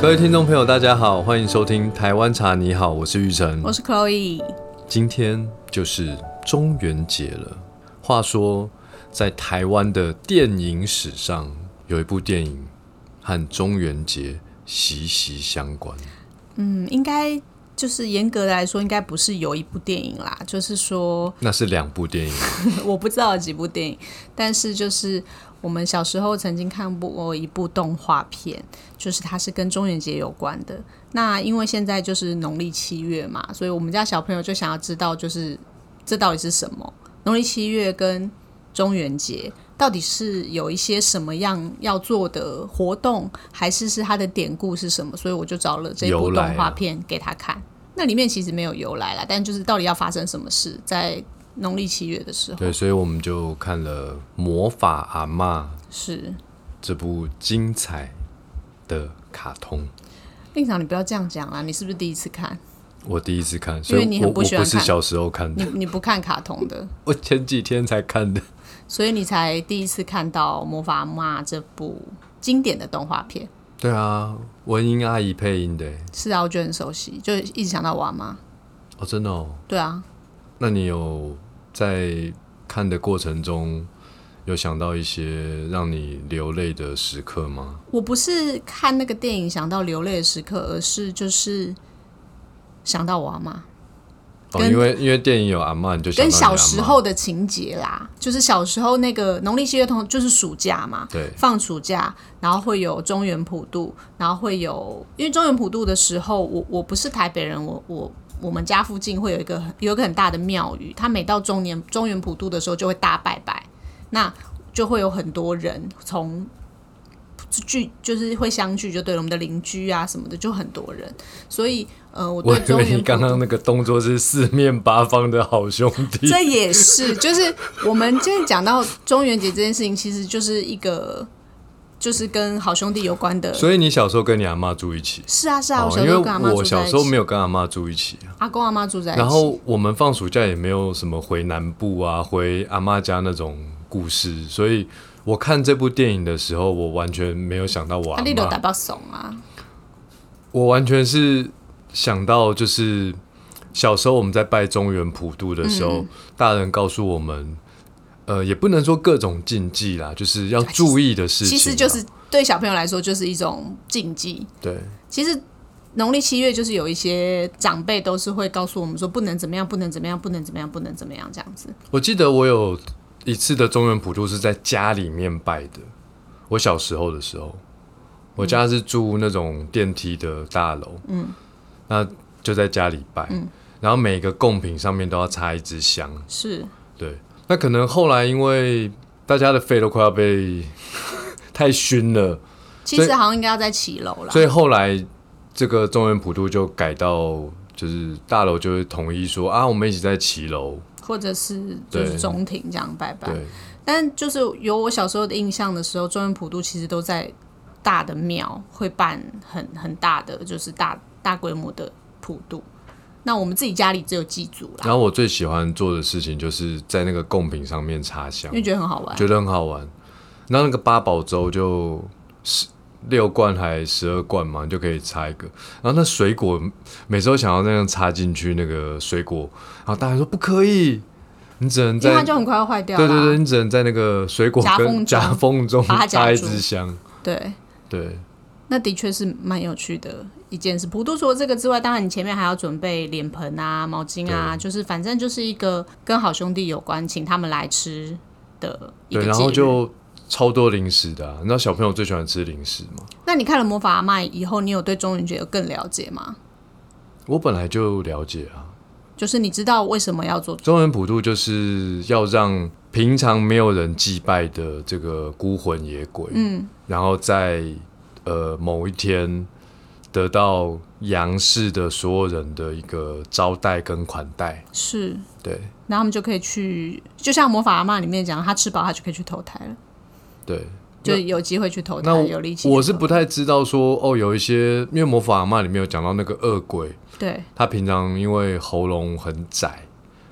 各位听众朋友，大家好，欢迎收听《台湾茶你好》，我是玉成，我是 Chloe。今天就是中元节了。话说，在台湾的电影史上，有一部电影和中元节息息相关。嗯，应该就是严格来说，应该不是有一部电影啦，就是说那是两部电影， 我不知道有几部电影，但是就是我们小时候曾经看过一部动画片，就是它是跟中元节有关的。那因为现在就是农历七月嘛，所以我们家小朋友就想要知道，就是这到底是什么？农历七月跟中元节到底是有一些什么样要做的活动，还是是它的典故是什么？所以我就找了这由部来啊动画片给他看。那里面其实没有由来啦，但就是到底要发生什么事，在农历七月的时候，对，所以我们就看了《魔法阿嬷》是这部精彩的卡通。令长，你不要这样讲啦，你是不是第一次看？我第一次看，因所为以你我很我不喜欢不是看小时候看的，你你不看卡通的， 我前几天才看的。所以你才第一次看到《魔法阿嬷》这部经典的动画片。对啊，文英阿姨配音的欸，是啊，我觉得很熟悉，就一直想到我阿妈。哦，真的哦。对啊，那你有在看的过程中，有想到一些让你流泪的时刻吗？我不是看那个电影想到流泪的时刻，而是就是想到我阿妈，哦，跟因为因为电影有阿嬷，你就想到跟你阿嬷小时候的情节啦，就是小时候那个农历七月同就是暑假嘛，对放暑假，然后会有中原普渡，然后会有，因为中原普渡的时候，我我不是台北人，我我我们家附近会有一个有一个很大的庙宇，它每到中年中原普渡的时候就会大拜拜，那就会有很多人从聚就是会相聚，就对了，我们的邻居啊什么的就很多人，所以呃，我我对以中为原你 普刚渡刚那个动作是四面八方的好兄 弟，这也是，就是我们今天讲到中元节这件事情，其实就是一个就是跟好兄弟有关的。所以你小时候跟你阿嬷住一起。是啊，是啊，哦我，小因时为候跟阿妈住我在小一时候起，没有跟阿嬷住一起，阿公阿妈住在一起。然后我们放暑假也没有什么回南部啊、回阿嬷家那种故事，所以我看这部电影的时候，我完全没有想到我阿阿丽都打嬷，包怂啊，我完全是想到就是小时候我们在拜中原普渡的时候，嗯大人告诉我们，呃，也不能说各种禁忌啦，就是要注意的事情啊、其实就是对小朋友来说就是一种禁忌。对其实农历七月就是有一些长辈都是会告诉我们说不能怎么样，不能怎么样，不能怎么样，不能怎么样这样子。我记得我有一次的中原普渡是在家里面拜的，我小时候的时候，我家是住那种电梯的大楼，嗯，那就在家里拜，然后每个贡品上面都要插一支香，是对，那可能后来因为大家的肺都快要被 太熏了，其所以实好像应该要在骑楼啦所。以后来这个中原普渡就改到。就是大楼就会统一说啊，我们一起在骑楼，或者是就是对中庭这样拜拜。对，但就是有我小时候的印象的时候，中原普渡其实都在大的庙会办很很大的，就是大大规模的普渡。那我们自己家里只有祭祖啦，然后我最喜欢做的事情就是在那个贡品上面插香因，为觉得很好玩。觉得很好玩。然后那个八宝粥就十六罐还十二罐嘛，你就可以插一个。然后那水果每次都想要那样插进去那个水果，然后大家说不可以，你只能因为它在就很快要坏掉啊对啦。对对，你只能在那个水果夹缝跟中夹缝中把它夹插一住支香。对对，那的确是蛮有趣的一件事。普渡除了这个之外，当然你前面还要准备脸盆啊、毛巾啊，就是反正就是一个跟好兄弟有关，请他们来吃的一个对，然节后日就超多零食的、啊，你知道小朋友最喜欢吃零食吗？那你看了《魔法阿嬷》以后，你有对中元节有更了解吗？我本来就了解啊，就是你知道为什么要做中原普渡就是要让平常没有人祭拜的这个孤魂野鬼，嗯，然后在呃某一天得到杨氏的所有人的一个招待跟款待，是，对然后他们就可以去，就像《魔法阿嬷》里面讲，他吃饱他就可以去投胎了，对。就有机会去投胎那，有力气去投。我是不太知道说哦，有一些因为魔法阿嬷里面有讲到那个恶鬼，对他平常因为喉咙很窄，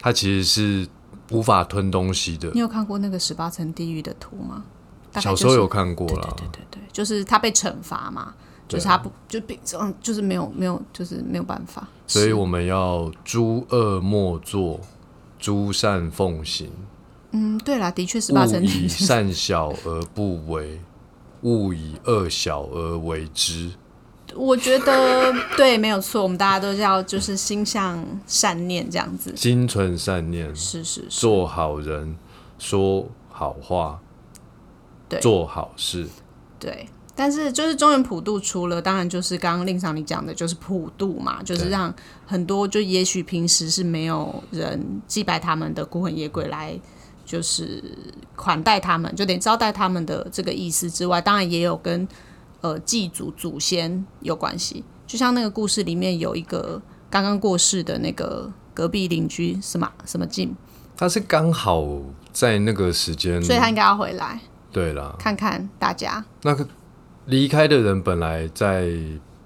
他其实是无法吞东西的。你有看过那个十八层地狱的图吗？大概小就是时候有看过对啦，对对对对，就是他被惩罚嘛，啊就是他不就比嗯就是没有没有就是没有办法，所以我们要诸恶莫作，诸善奉行，嗯对啦，的确十八勿层以善小而不为，勿以恶小而为之。我觉得对，没有错，我们大家都要就是心向善念这样子，心存善念，是是是，做好人，说好话，对做好事。对。但是就是中原普渡，除了当然就是刚刚令赏你讲的，就是普渡嘛，就是对让很多就也许平时是没有人祭拜他们的孤魂野鬼来。就是款待他们，就得招待他们的这个意思之外，当然也有跟呃祭祖祖先有关系。就像那个故事里面有一个刚刚过世的那个隔壁邻居什么什么进，他是刚好在那个时间，所以他应该要回来对啦，看看大家。那个离开的人本来在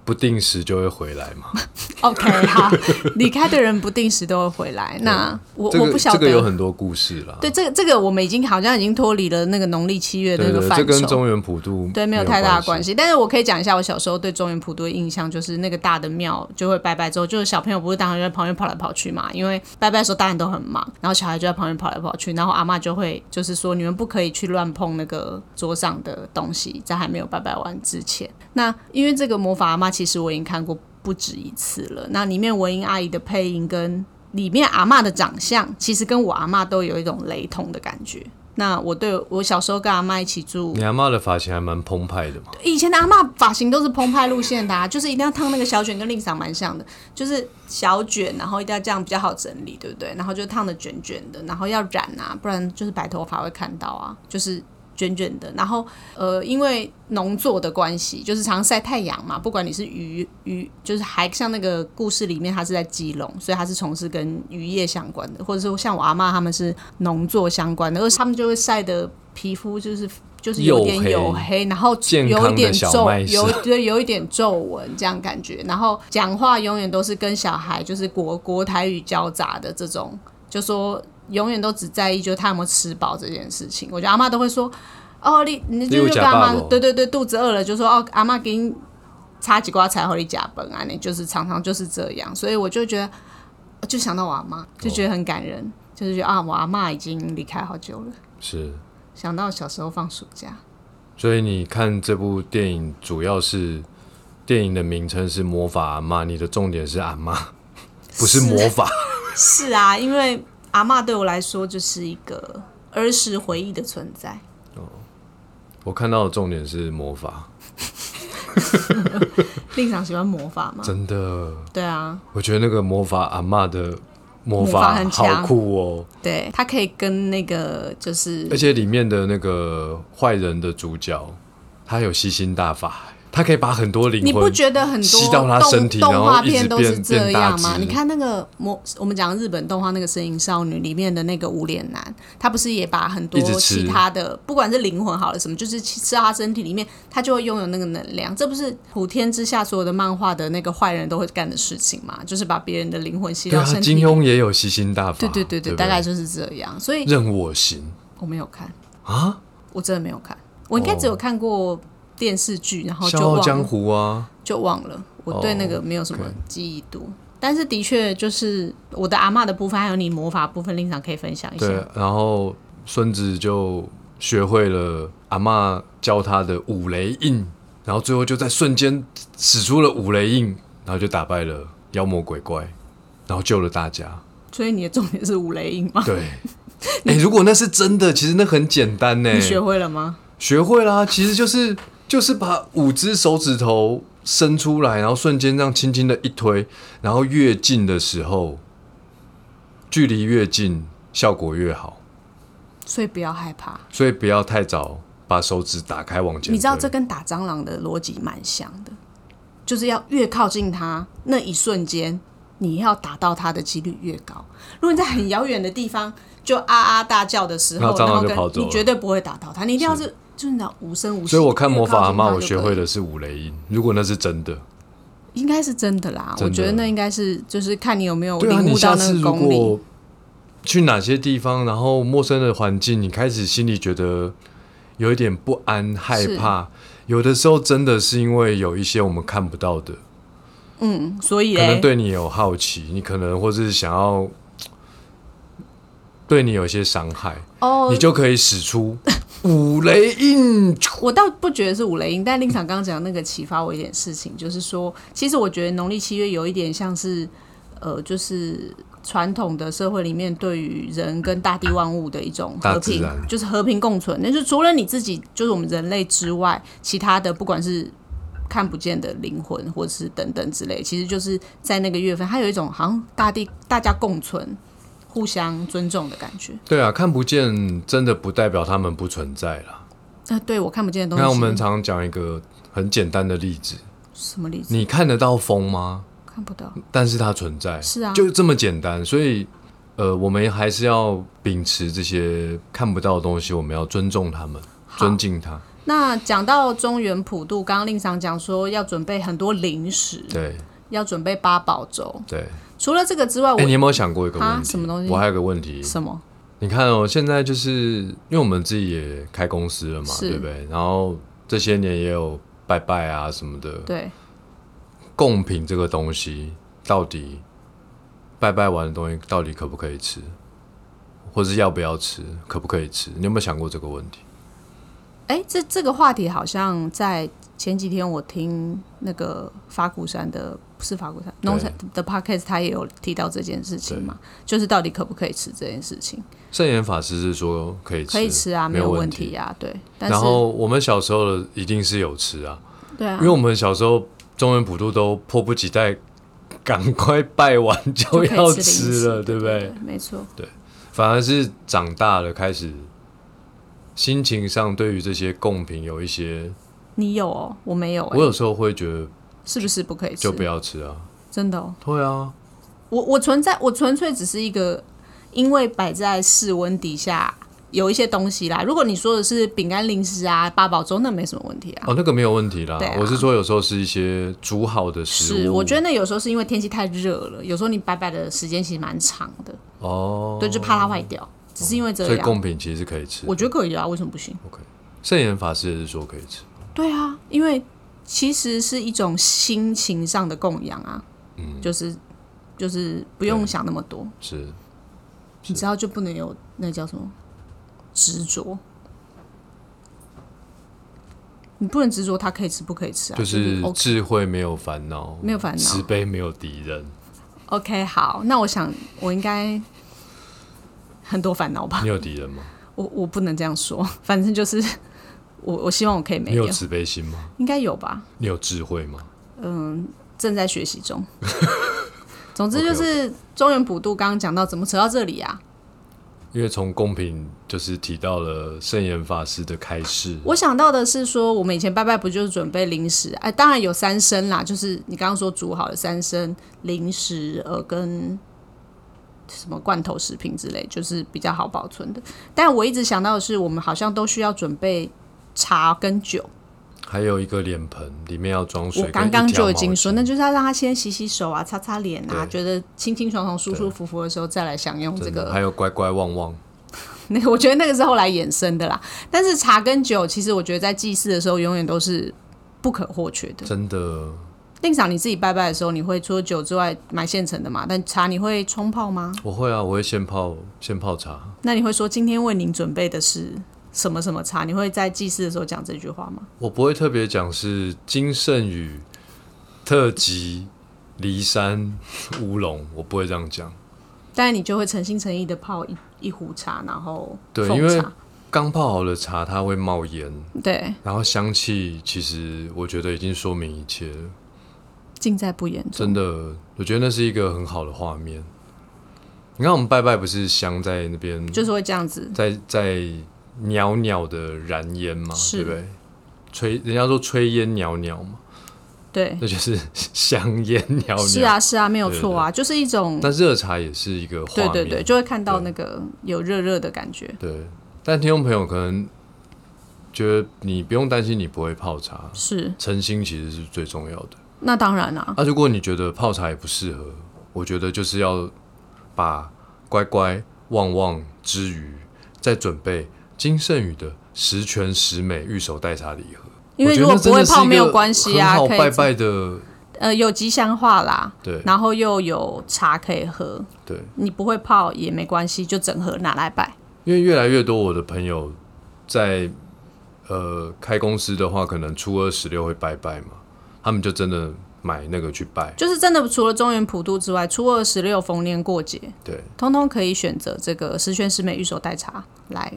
不定时就会回来嘛。 OK，好，离开的人不定时都会回来。那我、这个我不晓得，这个有很多故事啦。对这个这个我们已经好像已经脱离了那个农历七月的对那个对，范这跟畴。中原普渡对，没有有太大的关关系。系，但是我可以讲一下我小时候对中原普渡的印象，就是那个大的庙就会拜拜之后，就是小朋友不是当然就在旁边跑来跑去嘛，因为拜拜的时候大人都很忙，然后小孩就在旁边跑来跑去，然后阿嬷就会就是说你们不可以去乱碰那个桌上的东西，在还没有拜拜完之前。那因为这个魔法阿嬷其实我已经看过不止一次了，那里面文英阿姨的配音跟里面阿嬷的长相，其实跟我阿嬷都有一种雷同的感觉。那我对我小时候跟阿嬷一起住，你阿妈的发型还蛮澎湃的嘛，以前的阿嬷发型都是澎湃路线的、啊，就是一定要烫那个小卷，跟令赏蛮像的，就是小卷，然后一定要这样比较好整理，对不对？然后就烫的卷卷的，然后要染啊，不然就是白头发会看到啊，就是卷卷的。然后呃，因为农作的关系，就是常晒太阳嘛，不管你是渔渔，就是还像那个故事里面，他是在基隆，所以他是从事跟渔业相关的，或者是像我阿嬷他们是农作相关的，而他们就会晒的皮肤就是。就是有点黝黑黝黑，然后健有康一的点小皱，麦有色对，有一点皱纹这样感觉。然后讲话永远都是跟小孩就是国国台语交杂的这种，就说永远都只在意就是他有没有吃饱这件事情。我觉得阿妈都会说，哦，你你就你有就吃跟阿饱妈，不对对对，肚子饿了就说哦，阿妈给你插几瓜菜或你夹本啊，你就是常常就是这样。所以我就觉得，就想到我阿妈，就觉得很感人，就是觉得啊，我阿妈已经离开好久了，是。想到小时候放暑假。所以你看这部电影，主要是电影的名称是《魔法阿妈》，你的重点是阿妈， 不是魔法。是啊，因为阿嬷对我来说就是一个儿时回忆的存在。我看到的重点是魔法，令长喜欢魔法吗？真的，对啊，我觉得那个魔法阿妈的魔魔法法很强好酷哦，对，他可以跟那个就是而且里面的那个坏人的主角，他有吸星大法，他可以把很多灵你不魂觉得很吸到他多身动体动然画后一直片都是变这变大样吗？只你看那个魔，我们讲日本动画那个《身影少女》里面的那个无脸男，他不是也把很多一直吃其他的，不管是灵魂好了什么，就是吃到他身体里面，他就会拥有那个能量。这不是普天之下所有的漫画的那个坏人都会干的事情吗？就是把别人的灵魂吸对到啊，身体金里面。庸也有吸星大法，对对对对对，不对，大概就是这样。所以任我行我没有看，啊，我真的没有看，我应该哦只有看过电视剧，然后《哦就哦笑傲江忘了湖》啊，就忘了，我对那个没有什么哦，OK 记忆度。但是的确就是我的阿嬷的部分，还有你魔法部分，令长可以分享一对下。，然后孙子就学会了阿嬷教他的五雷印，然后最后就在瞬间使出了五雷印，然后就打败了妖魔鬼怪，然后救了大家。所以你的重点是五雷音吗？对， 哎、如果那是真的，其实那很简单呢，你学会了吗？学会啦，其实就是就是把五只手指头伸出来，然后瞬间这样轻轻的一推，然后越近的时候，距离越近，效果越好。所以不要害怕。所以不要太早把手指打开往前推。你知道这跟打蟑螂的逻辑蛮像的，就是要越靠近它那一瞬间，你要打到它的几率越高。如果你在很遥远的地方就啊啊大叫的时那候，蟑螂然后就跟跑走了你绝对不会打到它，你一定要是就是那无声无息。所以我看《魔法阿妈妈》，，我学会了，的是五雷音。如果那是真的，应该是真的啦。真的我觉得那应该是就是看你有没有对啊，领你悟下到那次个如功力。果去哪些地方，然后陌生的环境，你开始心里觉得有一点不安、害怕，有的时候真的是因为有一些我们看不到的，嗯，所以可能嘞，对你有好奇，你可能或是想要对你有一些伤害，哦你，就可以使出 五雷印。我倒不觉得是五雷音，但令场刚刚讲那个启发我一点事情，就是说，其实我觉得农历七月有一点像是，呃，就是传统的社会里面对于人跟大地万物的一种大和自平然，就是和平共存。那就除了你自己，就是我们人类之外，其他的不管是。看不见的灵魂，或是等等之类，其实就是在那个月份，它有一种好像大地大家共存、互相尊重的感觉。对啊，看不见真的不代表他们不存在啦。啊、对我看不见的东西。那我们常讲一个很简单的例子，什么例子？你看得到风吗？看不到。但是它存在，是啊就这么简单。所以，呃，我们还是要秉持这些看不到的东西，我们要尊重他们，好尊敬他。那讲到中原普渡，刚刚令长讲说要准备很多零食，对要准备八宝粥。对。除了这个之外，我、哎、你有没有想过一个啊问题？什么东西我还有个问题，什么？你看哦，现在就是因为我们自己也开公司了嘛，是对不对？然后这些年也有拜拜啊什么的，对，贡品这个东西到底拜拜完的东西到底可不可以吃，或是要不要吃，可不可以吃？你有没有想过这个问题？哎，这这个话题好像在前几天我听那个法鼓山的，不是法鼓山农场的 podcast，他也有提到这件事情嘛，就是到底可不可以吃这件事情，圣严法师是说可以吃，可以吃啊，没有问问题。啊，对。但然是，后我们小时候的一定是有吃啊，对啊因为，我们小时候中原普渡都迫不及待，赶快拜完就就可以要吃吃零食了，对不对对？？没错，反而是长大了开始，心情上对于这些贡品有一些，你有哦，我没有、我哎，有时候会觉得是不是不可以吃？就不要吃啊，真的哦。对啊，我我存在，我纯粹只是一个，因为摆在室温底下有一些东西啦。如果你说的是饼干、零食啊、八宝粥，那没什么问题啊。哦，那个没有问题啦。对啊我是说，有时候是一些煮好的食物，是，我觉得那有时候是因为天气太热了，有时候你摆摆的时间其实蛮长的，哦，对，就怕它坏掉，只是因为所这以样。贡品其实是可以吃。我觉得可以啊，为什么不行？圣严法师也是说可以吃，对啊，因为其实是一种心情上的供养啊，嗯就是就是不用想那么多，是你知道就不能有那叫什么执着，你不能执着它可以吃不可以吃啊，就就是 OK 智慧没有烦恼，没有烦恼慈悲没有敌人。 OK 好，那我想我应该很多烦恼吧，你有敌人吗？我我不能这样说，反正就是我我希望我可以没你有有，慈悲心吗？应该有吧，你有智慧吗？正在学习 中。总之就是中原普渡刚刚讲到，怎么扯到这里啊？因为从贡品就是提到了圣严法师的开示，我想到的是说，我们以前拜拜不就是准备零食？哎，当然有三牲啦，就是你刚刚说煮好的三牲零食，呃，跟什么罐头食品之类，就是比较好保存的。但我一直想到的是，我们好像都需要准备茶跟酒。还有一个脸盆里面要装水我跟一条毛巾，刚刚就已经说，那就是要让他先洗洗手啊，擦擦脸啊，对觉得清清爽爽、舒舒服服的时候再来享用这真的个 还有乖乖旺旺，那个我觉得那个是后来衍生的啦。但是茶跟酒，其实我觉得在祭祀的时候永远都是不可或缺的。真的令赏你自己拜拜的时候，你会除了酒之外买现成的嘛？但茶你会冲泡吗？我会啊，我会现泡现泡茶，那你会说今天为您准备的是什么什么茶？你会在祭祀的时候讲这句话吗？我不会特别讲是金圣宇特级骊山乌龙，我不会这样讲。但你就会诚心诚意的泡一一壶茶，然后对奉因为茶刚泡好的茶它会冒烟，对然后香气其实我觉得已经说明一切了，尽在不言中。真的，我觉得那是一个很好的画面。你看我们拜拜不是香在那边就是会这样子，在在袅袅的燃烟嘛，对是不对？炊人家说炊烟袅袅嘛，对，那就是香烟袅袅。是啊，是啊，没有错啊，就是一种，那热茶也是一个画对面，对对，就会看到那个有热热的感觉，对但听众朋友可能觉得你不用担心你不会泡茶，是，诚心其实是最重要的。那当然啊，那、如果你觉得泡茶也不适合，我觉得就是要把乖乖旺旺之余，再准备金圣宇的十全十美玉手代茶礼盒。因为如果不会泡没有关系啊，我可觉得那真的是一个很好拜以拜的，呃有吉祥话啦，对然后又有茶可以喝，对，你不会泡也没关系，就整盒拿来摆。因为越来越多我的朋友在呃开公司的话，可能初二十六会拜拜嘛，他们就真的买那个去拜，就是真的，除了中原普渡之外，初二十六逢年过节，对，通通可以选择这个十全十美玉手代茶来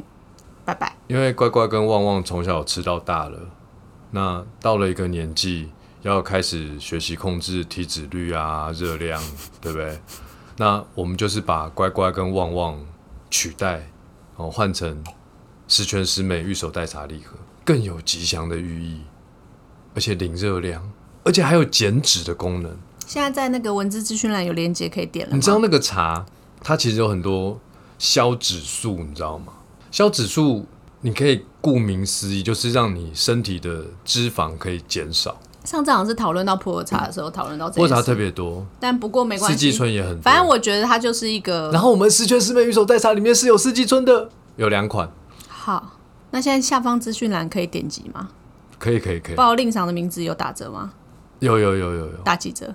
拜拜。因为乖乖跟旺旺从小吃到大了，那到了一个年纪，要开始学习控制体脂率啊、热量，对不对？那我们就是把乖乖跟旺旺取代，哦，换成十全十美玉手代茶礼盒，更有吉祥的寓意，而且零热量，而且还有减脂的功能。现在在那个文字资讯栏有链接可以点了吗，你知道那个茶，它其实有很多消脂素，你知道吗？消脂素，你可以顾名思义，就是让你身体的脂肪可以减少。上次好像是讨论到普洱茶的时候讨论到这或件者茶事，特别多，但不过没关四季系，春也很多。反正我觉得它就是一个然后我们十全十美鱼手代茶里面是有四季春的，有两款，好。那现在下方资讯栏可以点击吗？可以可以可以，报令赏的名字有打折吗？有有有有有，打几折？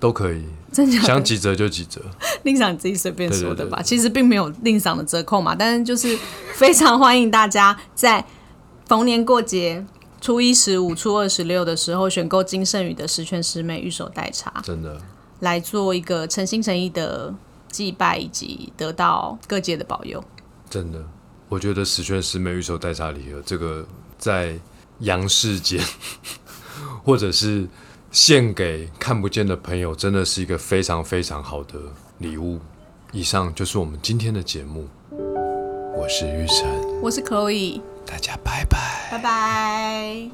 都可以，真假的想几折就几折。令赏你自己随便说的对对吧，对其实并没有令赏的折扣嘛，但是就是非常欢迎大家在逢年过节、初一十五、初二十六的时候选购金圣宇的十全十美玉手代茶，真的，来做一个诚心诚意的祭拜，以及得到各界的保佑。真的，我觉得十全十美玉手代茶礼盒这个在阳世间， 或者是献给看不见的朋友，真的是一个非常非常好的礼物。以上就是我们今天的节目，我是玉成，我是 Chloe，大家拜拜。拜拜。